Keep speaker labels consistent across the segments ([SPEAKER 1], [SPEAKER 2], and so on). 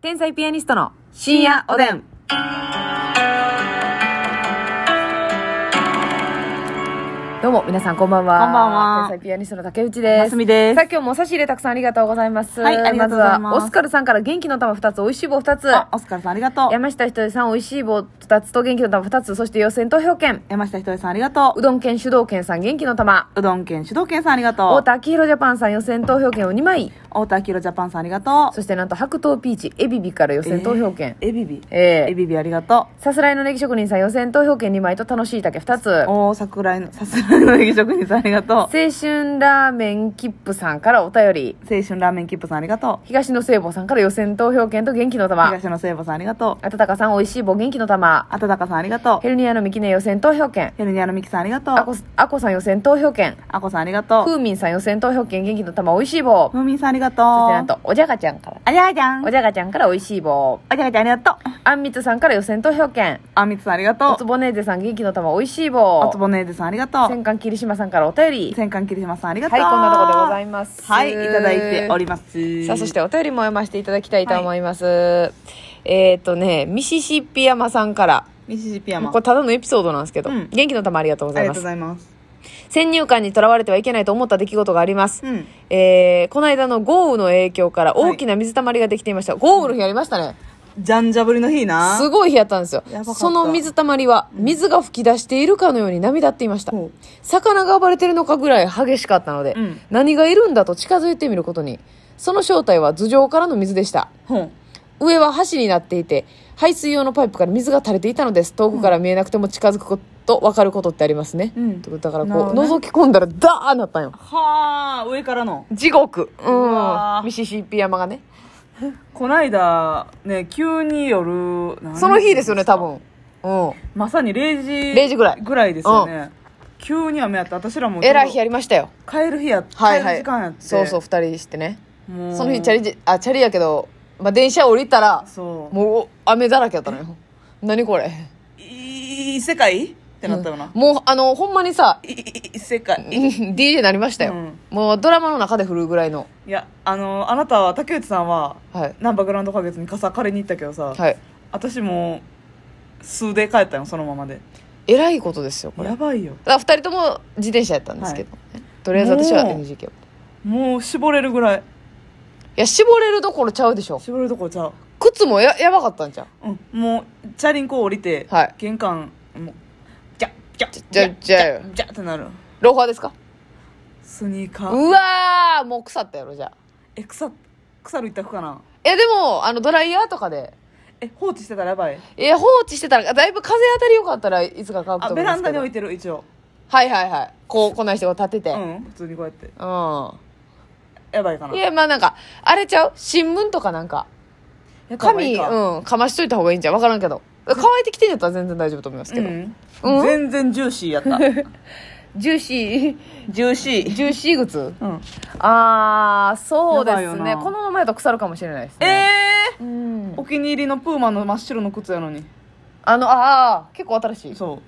[SPEAKER 1] 天才ピアニストの
[SPEAKER 2] 深夜おでん。
[SPEAKER 1] どうも皆さんこんばんは
[SPEAKER 2] こんばんは
[SPEAKER 1] 天才ピアニストの竹内です
[SPEAKER 2] ますみです
[SPEAKER 1] さあ今日もお差し入れたくさんありがとうございます
[SPEAKER 2] はいありがとうございます
[SPEAKER 1] ずはオスカルさんから元気の玉2つ美味しい棒2つ
[SPEAKER 2] あ、オスカルさんありがとう。
[SPEAKER 1] 山下ひとりさん美味しい棒2つと元気の玉2つそして予選投票券
[SPEAKER 2] 山下ひとりさんありがと
[SPEAKER 1] うどん県主導券さん元気の玉
[SPEAKER 2] う。うどん県主導権さんありがとう。
[SPEAKER 1] 太田明宏ジャパンさん予選投票券を2枚
[SPEAKER 2] 太田明ジャパンさんありがとう。
[SPEAKER 1] そしてなんと白桃ピーチエビビから予選投票券
[SPEAKER 2] えーエビビ。
[SPEAKER 1] ええ
[SPEAKER 2] エビビありがと
[SPEAKER 1] さすらいのネギ職人さん予選投票券2枚と楽しい竹2つ
[SPEAKER 2] う。おー、桜井の、さすらいの劇職人さんありがとう。
[SPEAKER 1] 青春ラーメン切符さんからお便り
[SPEAKER 2] 青春ラーメンキップさんありがとう。
[SPEAKER 1] 東野聖母さんから予選投票券と元気の玉
[SPEAKER 2] 東野聖母さんありがとう。
[SPEAKER 1] あたたかさんおいしい棒元気の玉
[SPEAKER 2] あたたかさんありがとう
[SPEAKER 1] ヘ。ルニアのミキネ予選投票券
[SPEAKER 2] ヘルニアのミキさんありがと
[SPEAKER 1] あ
[SPEAKER 2] う
[SPEAKER 1] こ。あこさん予選投票券
[SPEAKER 2] あこさんありがと
[SPEAKER 1] ふ
[SPEAKER 2] う。
[SPEAKER 1] うみんさん予選投票券元気の玉おいしい棒
[SPEAKER 2] ふうみんさんありがとう。
[SPEAKER 1] そしてなんとおじゃがちゃんから
[SPEAKER 2] ありゃーじゃん。お
[SPEAKER 1] お
[SPEAKER 2] じ
[SPEAKER 1] じゃがちゃんからおいしい棒
[SPEAKER 2] ゃがちゃんありがとう。
[SPEAKER 1] あんみつさんから予選投票券
[SPEAKER 2] あみつさんありが
[SPEAKER 1] お
[SPEAKER 2] と
[SPEAKER 1] つ
[SPEAKER 2] う。
[SPEAKER 1] ぼねーぜさん元気の玉おいしい棒
[SPEAKER 2] おつぼねーずさんありがとう。
[SPEAKER 1] 戦艦霧島さんからお便り
[SPEAKER 2] 戦艦霧島さんありがと
[SPEAKER 1] は
[SPEAKER 2] う。
[SPEAKER 1] いこんなところでございます
[SPEAKER 2] はい、いただいております。
[SPEAKER 1] さあそしてお便りも読ませていただきたいと思います、えっ、とねミシシッピ山さんから
[SPEAKER 2] ミシシッピ山。
[SPEAKER 1] これただのエピソードなんですけど、
[SPEAKER 2] うん
[SPEAKER 1] 元気の玉ありがとうご
[SPEAKER 2] あ
[SPEAKER 1] ざ
[SPEAKER 2] り
[SPEAKER 1] いま
[SPEAKER 2] がと
[SPEAKER 1] す
[SPEAKER 2] うございます。
[SPEAKER 1] 先入観にとらわれてはいけないと思った出来事があります、
[SPEAKER 2] うん。
[SPEAKER 1] えー、この間の豪雨の影響から
[SPEAKER 2] はい
[SPEAKER 1] 大きな水たまりができていました、豪雨の日ありましたね
[SPEAKER 2] じゃんじゃぶりの日な。
[SPEAKER 1] すごい日やったんですよ
[SPEAKER 2] やばかった
[SPEAKER 1] その水たまりは水が噴き出しているかのように波立っていました、
[SPEAKER 2] ほう
[SPEAKER 1] 魚が暴れてるのかぐらい激しかったので、
[SPEAKER 2] うん
[SPEAKER 1] 何がいるんだと近づいてみることにその正体は頭上からの水でした
[SPEAKER 2] ほん。
[SPEAKER 1] 上は橋になっていて排水用のパイプから水が垂れていたのです遠くから見えなくても近づくこと分かることってありますね、
[SPEAKER 2] うん
[SPEAKER 1] ってことだから
[SPEAKER 2] なる
[SPEAKER 1] こう、
[SPEAKER 2] ほどね
[SPEAKER 1] 覗き込んだらダーなったんよ
[SPEAKER 2] はあ、上からの。
[SPEAKER 1] 地獄う
[SPEAKER 2] うわ
[SPEAKER 1] ん
[SPEAKER 2] ー
[SPEAKER 1] ミシシッピ山がね
[SPEAKER 2] こないだ、ね、急に夜、何
[SPEAKER 1] その日ですよね多。分うん
[SPEAKER 2] まさに0時。
[SPEAKER 1] 0時ぐらい
[SPEAKER 2] ぐらいですよね。急に雨やった。私らも。
[SPEAKER 1] えらい日やりましたよ
[SPEAKER 2] 帰る日やって。
[SPEAKER 1] はい
[SPEAKER 2] 帰
[SPEAKER 1] は
[SPEAKER 2] る
[SPEAKER 1] い
[SPEAKER 2] 時間やって。
[SPEAKER 1] そうそう2人してね
[SPEAKER 2] もう。
[SPEAKER 1] その日チャリじあチャリやけど、まあ、電車降りたら
[SPEAKER 2] そう。
[SPEAKER 1] もう雨だらけだったのよ何これ
[SPEAKER 2] いい世界ってなったよな。
[SPEAKER 1] もうあのほんまにさ
[SPEAKER 2] いいい世界。い
[SPEAKER 1] DJ になりましたよ、
[SPEAKER 2] うん
[SPEAKER 1] もうドラマの中で振るぐらいの
[SPEAKER 2] いや、あの、あなたは、竹内さんは、
[SPEAKER 1] はい
[SPEAKER 2] ナンバーグラウンド花月に傘借りに行ったけどさ、
[SPEAKER 1] はい
[SPEAKER 2] 私もう素で帰ったよそのままで
[SPEAKER 1] えらいことですよこれ
[SPEAKER 2] やばいよ
[SPEAKER 1] だから2人とも自転車やったんですけど、とりあえず私は NGK をい
[SPEAKER 2] もう絞れるぐらい
[SPEAKER 1] や絞れるどころちゃうでしょ
[SPEAKER 2] 絞れるとこちゃう、
[SPEAKER 1] 靴もややばかったんじゃん
[SPEAKER 2] うん、もうチャリンコ降りて、
[SPEAKER 1] はい
[SPEAKER 2] 玄関もうジャッジャッ
[SPEAKER 1] じゃじゃ
[SPEAKER 2] ジャッってなる
[SPEAKER 1] ローファーですか
[SPEAKER 2] スニーカー
[SPEAKER 1] うわーもう腐ったやろじゃあ
[SPEAKER 2] え腐腐る一択かな
[SPEAKER 1] えでもあのドライヤーとかで
[SPEAKER 2] え放置してたらやばい
[SPEAKER 1] いや放置してたらだいぶ風当たりよかったらいつか乾く
[SPEAKER 2] あ
[SPEAKER 1] と思
[SPEAKER 2] ベ
[SPEAKER 1] うんで
[SPEAKER 2] ラ
[SPEAKER 1] す
[SPEAKER 2] ン
[SPEAKER 1] けど
[SPEAKER 2] ダに置いてる一応
[SPEAKER 1] はいはいはいこうこない人が立てて
[SPEAKER 2] う
[SPEAKER 1] うん、
[SPEAKER 2] ん普通にこうやってやばいかない
[SPEAKER 1] やまあなんかあれちゃう新聞とかなんか
[SPEAKER 2] やった方が
[SPEAKER 1] 紙
[SPEAKER 2] いいか
[SPEAKER 1] うんかましといた方がいいんじゃん分からんけ ど乾いてきてんやったら全然大丈夫と思いますけど、
[SPEAKER 2] うん
[SPEAKER 1] うん
[SPEAKER 2] 全然ジューシーやった
[SPEAKER 1] ジューシー
[SPEAKER 2] ジューシー
[SPEAKER 1] ジューシー靴
[SPEAKER 2] うん
[SPEAKER 1] あーそうで
[SPEAKER 2] やば
[SPEAKER 1] す
[SPEAKER 2] いよ
[SPEAKER 1] ね
[SPEAKER 2] な
[SPEAKER 1] このままやと腐るかもしれないです
[SPEAKER 2] え
[SPEAKER 1] ね
[SPEAKER 2] え
[SPEAKER 1] え
[SPEAKER 2] ー、お気に入りのプーマの真っ白の靴やのに
[SPEAKER 1] あのああ結構新しい
[SPEAKER 2] そ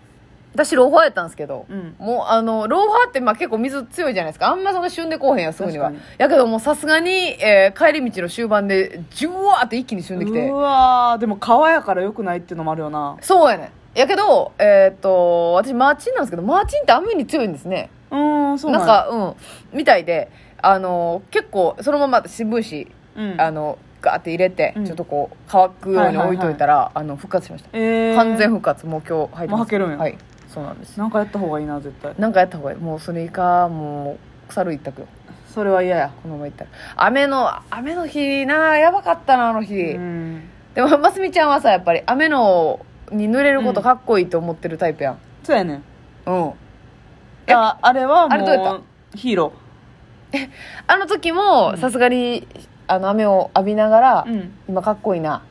[SPEAKER 1] 私ローファーやったんですけど、
[SPEAKER 2] うん
[SPEAKER 1] もうあのローファーってまあ結構水強いじゃないですかあんまそんな旬でこうへんやんすぐには
[SPEAKER 2] 確か
[SPEAKER 1] やけどもうさすがに、えー帰り道の終盤でジュワーって一気に
[SPEAKER 2] う
[SPEAKER 1] 旬できて
[SPEAKER 2] うわーでも川やからよくないっていうのもあるよな
[SPEAKER 1] そうやねんやけどえーっと私マーチンなんですけどマーチンって雨に強いんですね
[SPEAKER 2] うーんそう
[SPEAKER 1] なん
[SPEAKER 2] や
[SPEAKER 1] かうんみたいであの結構そのまま新聞
[SPEAKER 2] うん
[SPEAKER 1] 紙あのガーって入れて、
[SPEAKER 2] うん
[SPEAKER 1] ちょっとこう乾くように置いといたら、あの復活しました
[SPEAKER 2] えー、
[SPEAKER 1] 完全復活もう今日入って
[SPEAKER 2] もう
[SPEAKER 1] ま
[SPEAKER 2] 履
[SPEAKER 1] す
[SPEAKER 2] けるんや
[SPEAKER 1] はいそうなんです
[SPEAKER 2] なんかやった方がいいな絶対
[SPEAKER 1] なんかやった方がいいもうそれ以下もう腐る一択よ
[SPEAKER 2] それは嫌や
[SPEAKER 1] このままいったら雨の雨の日なやばかったなあの日、
[SPEAKER 2] うん
[SPEAKER 1] でもますみちゃんはさやっぱり雨のに濡れることかっこいいと思ってるタイプやん
[SPEAKER 2] そうやねん
[SPEAKER 1] うん、
[SPEAKER 2] ああれは
[SPEAKER 1] あれどうや
[SPEAKER 2] も
[SPEAKER 1] っ
[SPEAKER 2] うヒーロ
[SPEAKER 1] あの時もさすがにあの雨を浴びながら、
[SPEAKER 2] ーうん
[SPEAKER 1] 今かっこいいな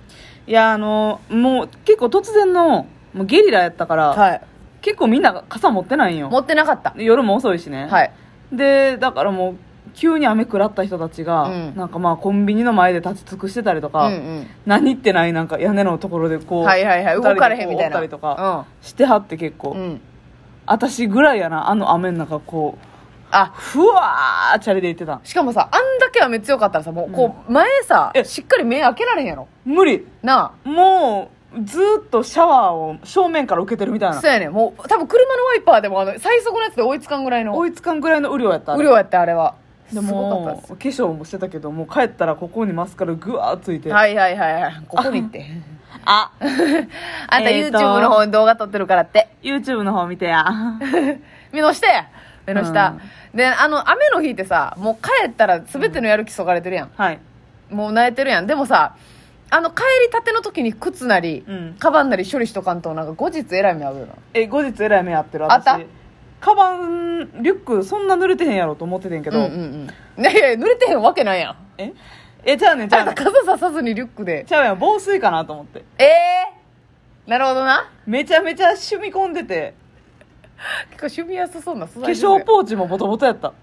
[SPEAKER 1] い
[SPEAKER 2] やあのもう結構突然のもうゲリラやったから、
[SPEAKER 1] はい
[SPEAKER 2] 結構みんな傘持ってないんよ
[SPEAKER 1] 持ってなかった
[SPEAKER 2] で夜も遅いしね、
[SPEAKER 1] はい
[SPEAKER 2] でだからもう急に雨食らった人たちが、
[SPEAKER 1] うん
[SPEAKER 2] なんかまあコンビニの前で立ち尽くしてたりと
[SPEAKER 1] う
[SPEAKER 2] か、
[SPEAKER 1] ん
[SPEAKER 2] 何ってないなんか屋根のところでこ
[SPEAKER 1] う
[SPEAKER 2] うん
[SPEAKER 1] はいはいはい動かれへんみたいな
[SPEAKER 2] 二人でこう折ったりとかしてはって結構、
[SPEAKER 1] うん、うん、
[SPEAKER 2] 私ぐらいやなあの雨の中こう
[SPEAKER 1] あ
[SPEAKER 2] ふわーチャリで行ってたん
[SPEAKER 1] しかもさあんだけ雨強かったらさもうこう前さ、
[SPEAKER 2] え
[SPEAKER 1] しっかり目開けられへんやろ
[SPEAKER 2] 無理
[SPEAKER 1] な
[SPEAKER 2] もうずーっとシャワーを正面から受けてるみたい
[SPEAKER 1] あ
[SPEAKER 2] な
[SPEAKER 1] そうやねんもう多分車のワイパーでもあの最速のやつで追いつかんぐらいの
[SPEAKER 2] 追いつかんぐらいの雨量やったあ
[SPEAKER 1] 雨
[SPEAKER 2] れ
[SPEAKER 1] 量やってあれは
[SPEAKER 2] です
[SPEAKER 1] ごかった
[SPEAKER 2] も
[SPEAKER 1] です
[SPEAKER 2] 化粧もしてたけどもう帰ったらここにマスカラぐわーついて、
[SPEAKER 1] はいはいはいはいここにって
[SPEAKER 2] あ
[SPEAKER 1] あんた
[SPEAKER 2] えーと
[SPEAKER 1] YouTube の方に動画撮ってるからって、
[SPEAKER 2] YouTube の方見てや
[SPEAKER 1] 目の下や目の下、であの雨の日ってさもう帰ったら全てのやる気そがれてるやん、
[SPEAKER 2] はい
[SPEAKER 1] もう慣れてるやんでもさあの帰りたての時に靴なり、
[SPEAKER 2] うん
[SPEAKER 1] カバンなり処理しとかんとなんか後日えらい目あるよな
[SPEAKER 2] え後日えらい目合ってる
[SPEAKER 1] あった
[SPEAKER 2] カバンリュックそんな濡れてへんやろと思っててんけど、
[SPEAKER 1] うんうんうんいやいや濡れてへんわけないやん
[SPEAKER 2] ええちゃうねんち
[SPEAKER 1] あ
[SPEAKER 2] ゃ
[SPEAKER 1] ん
[SPEAKER 2] うね
[SPEAKER 1] た
[SPEAKER 2] ん
[SPEAKER 1] 傘ささずにリュックで
[SPEAKER 2] ちゃうやん防水かなと思って
[SPEAKER 1] ええー、なるほどな
[SPEAKER 2] めちゃめちゃ染み込んでて
[SPEAKER 1] 結構趣味やすそうな素
[SPEAKER 2] 化
[SPEAKER 1] 材ですね
[SPEAKER 2] 粧ポーチもボトボトやった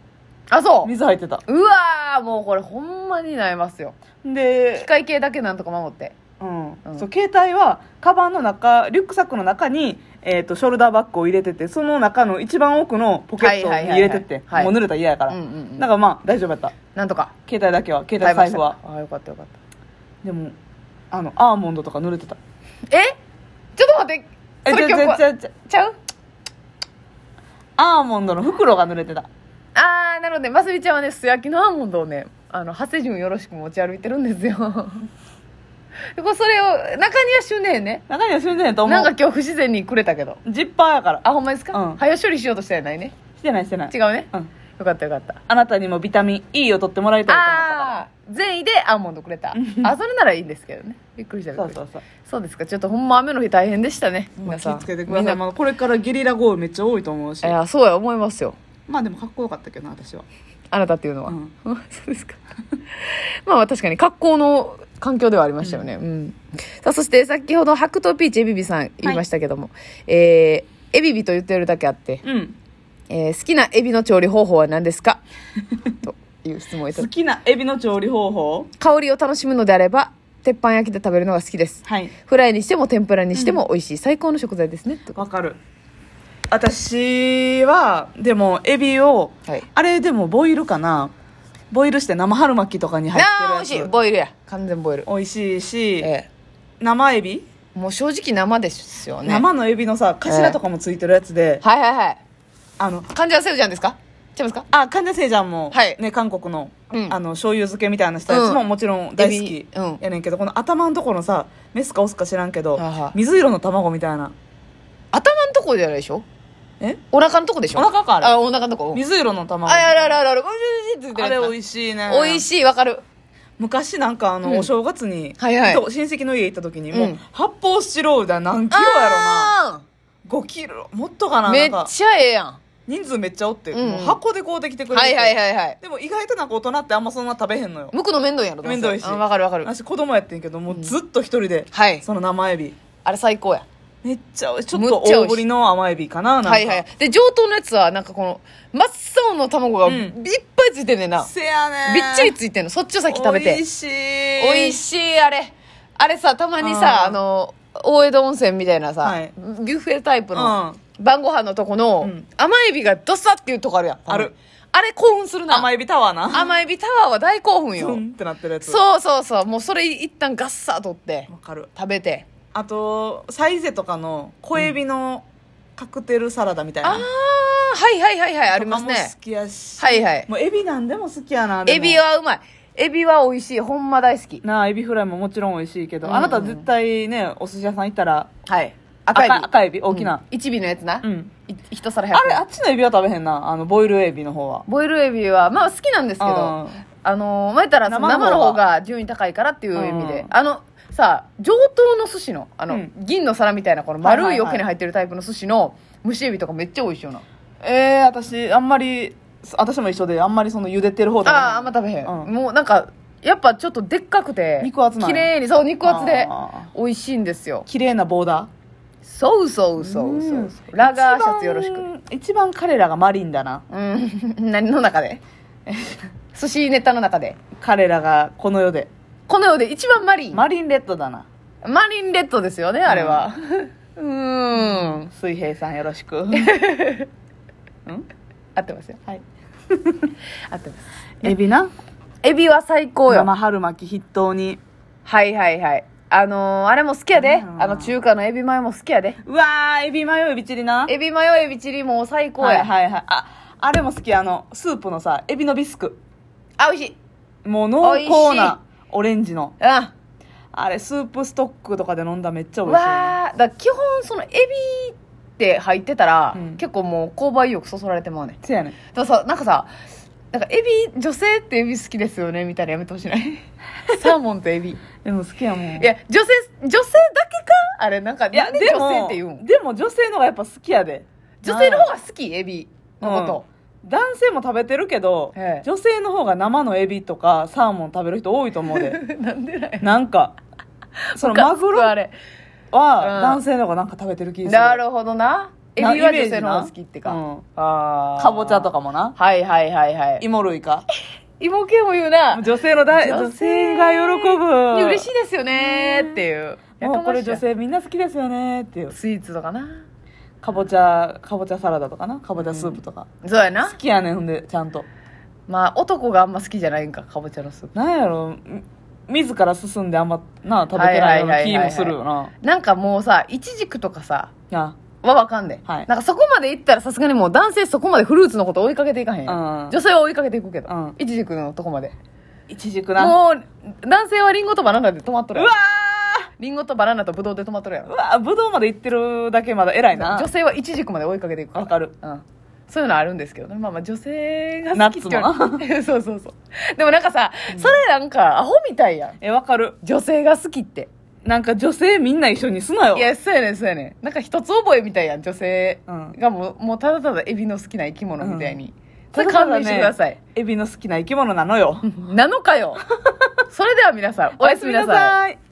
[SPEAKER 1] あそう
[SPEAKER 2] 水入ってた
[SPEAKER 1] うわーもうこれほんまに悩ますよ
[SPEAKER 2] で
[SPEAKER 1] 機械系だけなんとか守って
[SPEAKER 2] う
[SPEAKER 1] う
[SPEAKER 2] ん
[SPEAKER 1] ん
[SPEAKER 2] そう携帯はカバンの中リュックサックの中に、えー、とショルダーバッグを入れててその中の一番奥のポケットに
[SPEAKER 1] はいはいはいはい
[SPEAKER 2] 入れてって、
[SPEAKER 1] はい
[SPEAKER 2] もう濡れたら嫌やから、
[SPEAKER 1] うんうんうん
[SPEAKER 2] だからまあ大丈夫やった
[SPEAKER 1] なんとか
[SPEAKER 2] 携帯だけは携帯財布は
[SPEAKER 1] 耐えましたかあよかったよかっ
[SPEAKER 2] でもあのアーモンドとか濡れてた
[SPEAKER 1] たえちょっと待ってそれ
[SPEAKER 2] ちゃ
[SPEAKER 1] 曲は
[SPEAKER 2] ちゃちゃ
[SPEAKER 1] ちゃう
[SPEAKER 2] アーモンドの袋が濡れてた
[SPEAKER 1] あーなるほどねますみちゃんはね素焼きのアーモンドをねあの長谷順よろしく持ち歩いてるんですよ でこうそれを中にはしねえね
[SPEAKER 2] 中には死んでへんと思
[SPEAKER 1] なんか
[SPEAKER 2] う
[SPEAKER 1] 今日不自然にくれたけど
[SPEAKER 2] ジッパーやから
[SPEAKER 1] あほんまですか、
[SPEAKER 2] うん
[SPEAKER 1] 早処理しようとしてないね
[SPEAKER 2] してないしてない
[SPEAKER 1] 違うね、
[SPEAKER 2] うん、
[SPEAKER 1] よかったよかった
[SPEAKER 2] あなたにもビタミン E を取ってもらいたいと思ったから
[SPEAKER 1] ああー善意でアーモンドくれたあそれならいいんですけどねびっくりしたびっ
[SPEAKER 2] そ
[SPEAKER 1] く
[SPEAKER 2] う
[SPEAKER 1] りした
[SPEAKER 2] そうそう
[SPEAKER 1] そうですかちょっとほんま雨の日大変でしたね
[SPEAKER 2] ま
[SPEAKER 1] 皆
[SPEAKER 2] あ気
[SPEAKER 1] さん
[SPEAKER 2] をつけてくだ
[SPEAKER 1] みん
[SPEAKER 2] さ、
[SPEAKER 1] ない
[SPEAKER 2] まあ、これからゲリラ豪雨めっちゃ多いと思うし
[SPEAKER 1] いやそうや思いますよ
[SPEAKER 2] まあでもかっこよかったけどな私は
[SPEAKER 1] あなたっていうのは、
[SPEAKER 2] うん
[SPEAKER 1] そうですかまあまあ確かに格好の環境ではありましたよね、うんさあそして先ほど白桃ピーチエビビさん言いましたけども、えーエビビと言ってるだけあって、
[SPEAKER 2] うん
[SPEAKER 1] えー好きなエビの調理方法は何です かという質問をいただ
[SPEAKER 2] 好
[SPEAKER 1] き
[SPEAKER 2] きなエビの調理方法
[SPEAKER 1] 香りを楽しむのであれば鉄板焼きで食べるのが好きです
[SPEAKER 2] はい
[SPEAKER 1] フライにしても天ぷらにしても美味しい、最高の食材ですねと
[SPEAKER 2] わかる私はでもエビを、
[SPEAKER 1] はい
[SPEAKER 2] あれでもボイルかなボイルして生春巻きとかに入ってる
[SPEAKER 1] ああ
[SPEAKER 2] や
[SPEAKER 1] 美
[SPEAKER 2] つ
[SPEAKER 1] 味しいボイルや完全ボイル、
[SPEAKER 2] 美味しいし、
[SPEAKER 1] え
[SPEAKER 2] 生エビ、
[SPEAKER 1] えもう正直生ですよね
[SPEAKER 2] 生のエビのさ頭とかもついてるやつで、
[SPEAKER 1] はいはいはい
[SPEAKER 2] あの
[SPEAKER 1] 患者はセウちゃんですかちゃいますか
[SPEAKER 2] あ患者せいちゃんも、
[SPEAKER 1] はい
[SPEAKER 2] ね、韓国の,、
[SPEAKER 1] うん
[SPEAKER 2] あの醤油漬けみたいなしたやつも
[SPEAKER 1] うん
[SPEAKER 2] もちろん大好
[SPEAKER 1] エビ
[SPEAKER 2] き
[SPEAKER 1] うん
[SPEAKER 2] やねんけど、この頭のところのさメスかオスか知らんけど、
[SPEAKER 1] はあはあ
[SPEAKER 2] 水色の卵みたいな
[SPEAKER 1] 頭のとこじゃないでしょ
[SPEAKER 2] え
[SPEAKER 1] お腹のとこでしょ
[SPEAKER 2] お腹かあれ
[SPEAKER 1] あお腹のとこうん
[SPEAKER 2] 水色の卵
[SPEAKER 1] ああれあれあれあれおいしいって言って
[SPEAKER 2] あ
[SPEAKER 1] る
[SPEAKER 2] れ
[SPEAKER 1] やつ
[SPEAKER 2] 美味しいね
[SPEAKER 1] な美味しいわかる
[SPEAKER 2] 昔なんかあの、
[SPEAKER 1] うん
[SPEAKER 2] お正月に、
[SPEAKER 1] はいはい
[SPEAKER 2] と親戚の家行った時にもう、
[SPEAKER 1] うん
[SPEAKER 2] 発泡スチロールだ何キロやろな
[SPEAKER 1] あ
[SPEAKER 2] 5キロもっとか
[SPEAKER 1] ー
[SPEAKER 2] な
[SPEAKER 1] め
[SPEAKER 2] な
[SPEAKER 1] っ
[SPEAKER 2] んか
[SPEAKER 1] ちゃええやん
[SPEAKER 2] 人数めっちゃおって、
[SPEAKER 1] うんうん
[SPEAKER 2] もう箱でこうできてくれる
[SPEAKER 1] はいはいはいはい
[SPEAKER 2] でも意外となんか大人ってあんまそんな食べへんのよ
[SPEAKER 1] むくの面倒やろどうせ
[SPEAKER 2] 面倒いし
[SPEAKER 1] あわかるわかる
[SPEAKER 2] 私子供やってんけどもうずっと一人で、
[SPEAKER 1] はい
[SPEAKER 2] その生エビ
[SPEAKER 1] あれ最高や
[SPEAKER 2] めっちゃちょっ
[SPEAKER 1] むっ
[SPEAKER 2] と
[SPEAKER 1] ちゃ美味しい
[SPEAKER 2] 大ぶりの甘エビかななんか
[SPEAKER 1] はいはいで上等のやつはなんかこの真っ青の卵が
[SPEAKER 2] うん
[SPEAKER 1] いっぱいついてんねんな、
[SPEAKER 2] せやねん
[SPEAKER 1] びっちりついてんのそっちを先食べて
[SPEAKER 2] 美味しい
[SPEAKER 1] 美味しいあれあれさたまにさ
[SPEAKER 2] うん
[SPEAKER 1] あの大江戸温泉みたいなさ、
[SPEAKER 2] はい
[SPEAKER 1] ビュッフェタイプの晩ご飯のとこの、
[SPEAKER 2] うん
[SPEAKER 1] 甘エビがドサっていうとこあるやん
[SPEAKER 2] ある
[SPEAKER 1] あれ興奮するな
[SPEAKER 2] 甘エビタワーな
[SPEAKER 1] 甘エビタワーは大興奮
[SPEAKER 2] ズ
[SPEAKER 1] よ
[SPEAKER 2] ンってなってるやつわ
[SPEAKER 1] そうそうそうもうそれ一旦ガッサー取って
[SPEAKER 2] かる
[SPEAKER 1] 食べて
[SPEAKER 2] あとサイゼとかの小エビのカクテルサラダみたいな、
[SPEAKER 1] ああはいはいはいはいあります
[SPEAKER 2] とかも
[SPEAKER 1] ね
[SPEAKER 2] 好きやし
[SPEAKER 1] はいはい
[SPEAKER 2] もうエビなんでも好きやなでも
[SPEAKER 1] エビはうまいエビは美味しいほんま大好き
[SPEAKER 2] なあエビフライももちろん美味しいけど、
[SPEAKER 1] うん
[SPEAKER 2] あなた絶対ねお寿司屋さん行ったら
[SPEAKER 1] はい赤エビ
[SPEAKER 2] 赤赤エビ大きな
[SPEAKER 1] うん、1尾のやつな、
[SPEAKER 2] うん、
[SPEAKER 1] い一皿100円
[SPEAKER 2] あれあっちのエビは食べへんなあのボイルエビの方は
[SPEAKER 1] ボイルエビはまあ好きなんですけど
[SPEAKER 2] うん
[SPEAKER 1] あのまあ言ったらその
[SPEAKER 2] 生の
[SPEAKER 1] 生の方
[SPEAKER 2] 方が
[SPEAKER 1] が順位高いからっていう意味で、
[SPEAKER 2] うん
[SPEAKER 1] あのさ上等の寿司のあの、
[SPEAKER 2] うん
[SPEAKER 1] 銀の皿みたいなこの丸
[SPEAKER 2] はい
[SPEAKER 1] い
[SPEAKER 2] はいはい
[SPEAKER 1] おけに入ってるタイプの寿司の蒸しエビとかめっちゃ美味しいよな
[SPEAKER 2] えー、私あんまり私も一緒であんまりその茹でてる方べへん
[SPEAKER 1] あああんま食べへん、
[SPEAKER 2] うん
[SPEAKER 1] もうなんかやっぱちょっとでっかくて
[SPEAKER 2] 肉厚なんや
[SPEAKER 1] 綺麗にそう肉厚で
[SPEAKER 2] あ
[SPEAKER 1] 美味しいんですよ
[SPEAKER 2] 綺麗なボーダー
[SPEAKER 1] そうそうそうそうそうラガーシャツよろしく
[SPEAKER 2] く一番彼らがマリンだな
[SPEAKER 1] うん 何の中で寿司ネタの中で
[SPEAKER 2] 彼らがこの世で
[SPEAKER 1] この世で一番マリン
[SPEAKER 2] マリンレッドだな
[SPEAKER 1] マリンレッドですよね、あれは。うーん。
[SPEAKER 2] 水平さんよろしく
[SPEAKER 1] 合ってますよ。
[SPEAKER 2] はい
[SPEAKER 1] 合ってます。
[SPEAKER 2] エビな
[SPEAKER 1] エビは最高よ。
[SPEAKER 2] 生春巻き筆頭に
[SPEAKER 1] はいはいはい。あのーあれも好きやで。
[SPEAKER 2] うん
[SPEAKER 1] あの、中華のエビマヨも好きやで。
[SPEAKER 2] うわーエビマヨエビチリな
[SPEAKER 1] エビマヨ、エビチリも最高
[SPEAKER 2] はい
[SPEAKER 1] や。
[SPEAKER 2] はいはいああれも好きあのスープのさエビのビスク
[SPEAKER 1] あ、美味しい。
[SPEAKER 2] もう濃厚
[SPEAKER 1] 美味しい
[SPEAKER 2] なオレンジの
[SPEAKER 1] うん。
[SPEAKER 2] あれスープストックとかで飲んだらめっちゃ美味しいね
[SPEAKER 1] わーだから基本そのエビって入ってたら、
[SPEAKER 2] うん
[SPEAKER 1] 結構もう購買意欲そそられてまうねん
[SPEAKER 2] せやねん
[SPEAKER 1] だからさなんかさなんかエビ女性ってエビ好きですよねみたいなやめてほしない サーモンとエビい
[SPEAKER 2] でも好きやもん
[SPEAKER 1] や女性女性だけかあれなんか
[SPEAKER 2] いや
[SPEAKER 1] なんで
[SPEAKER 2] で
[SPEAKER 1] 女性
[SPEAKER 2] も
[SPEAKER 1] って言うん
[SPEAKER 2] でも女性のがやっぱ好きやで
[SPEAKER 1] 女性の方が好きエビのこと、
[SPEAKER 2] 男性も食べてるけど
[SPEAKER 1] ええ
[SPEAKER 2] 女性の方が生のエビとかサーモン食べる人多いと思うで
[SPEAKER 1] なんでない
[SPEAKER 2] なん かそのマグロ
[SPEAKER 1] あ
[SPEAKER 2] は
[SPEAKER 1] れ
[SPEAKER 2] 男性の方がなんか食べてる気がする
[SPEAKER 1] なるほどなエビは女性の方が好きってか、
[SPEAKER 2] なイメージ
[SPEAKER 1] あー
[SPEAKER 2] かぼちゃとかもな
[SPEAKER 1] はいはいはいはい
[SPEAKER 2] 芋類か
[SPEAKER 1] 芋系も言うな
[SPEAKER 2] 女性の大
[SPEAKER 1] 女
[SPEAKER 2] 女
[SPEAKER 1] 性
[SPEAKER 2] 性が喜ぶ
[SPEAKER 1] 嬉しい
[SPEAKER 2] い
[SPEAKER 1] ですよねーっていう
[SPEAKER 2] もうこれ
[SPEAKER 1] やかま
[SPEAKER 2] 女
[SPEAKER 1] しいわ
[SPEAKER 2] 性みんな好きですよねっていう
[SPEAKER 1] スイーツとかな
[SPEAKER 2] かぼちゃかぼちゃサラダとかなかぼちゃスープとか、
[SPEAKER 1] そうやな
[SPEAKER 2] 好きやねんほんでちゃんと
[SPEAKER 1] まあ男があんま好きじゃないんかかぼちゃのスープ
[SPEAKER 2] なんやろみ自ら進んであんまな食べてないような気もするよな
[SPEAKER 1] なんかもうさイチジクとかさ
[SPEAKER 2] な
[SPEAKER 1] はわかんで、
[SPEAKER 2] はい
[SPEAKER 1] なんかそこまでいったらさすがにもう男性そこまでフルーツのこと追いかけていかへんやん、
[SPEAKER 2] うん
[SPEAKER 1] 女性は追いかけていくけど、
[SPEAKER 2] うん
[SPEAKER 1] イチジクのとこまで
[SPEAKER 2] いちじくな
[SPEAKER 1] もう男性はリンゴとバナナで止まっと
[SPEAKER 2] う
[SPEAKER 1] る
[SPEAKER 2] わ
[SPEAKER 1] やろリンゴとバナナとブドウで止まっとるや
[SPEAKER 2] ー
[SPEAKER 1] ろ
[SPEAKER 2] うわーぶどうまでいってるだけまだ偉いな
[SPEAKER 1] 女性はイチジクまで追いかけていくから
[SPEAKER 2] わかる
[SPEAKER 1] うん、そういうのあるんですけどねまあまあ女性が
[SPEAKER 2] ナ
[SPEAKER 1] 好き
[SPEAKER 2] ッツ
[SPEAKER 1] っていう
[SPEAKER 2] も
[SPEAKER 1] の そうそうそうでもなんかさ、それなんかアホみたいやん
[SPEAKER 2] えわかる
[SPEAKER 1] 女性が好きって
[SPEAKER 2] なんか女性みんな一緒にすなよ
[SPEAKER 1] いやそうやねんそうやねんなんか一つ覚えみたいやん女性
[SPEAKER 2] うん
[SPEAKER 1] がもう,、もうただただエビの好きな生き物みたいに、それ
[SPEAKER 2] ただた
[SPEAKER 1] 勘
[SPEAKER 2] だね
[SPEAKER 1] 弁してください、
[SPEAKER 2] エビの好きな生き物なのよ
[SPEAKER 1] なのかよそれでは皆さんおやすみなさい
[SPEAKER 2] い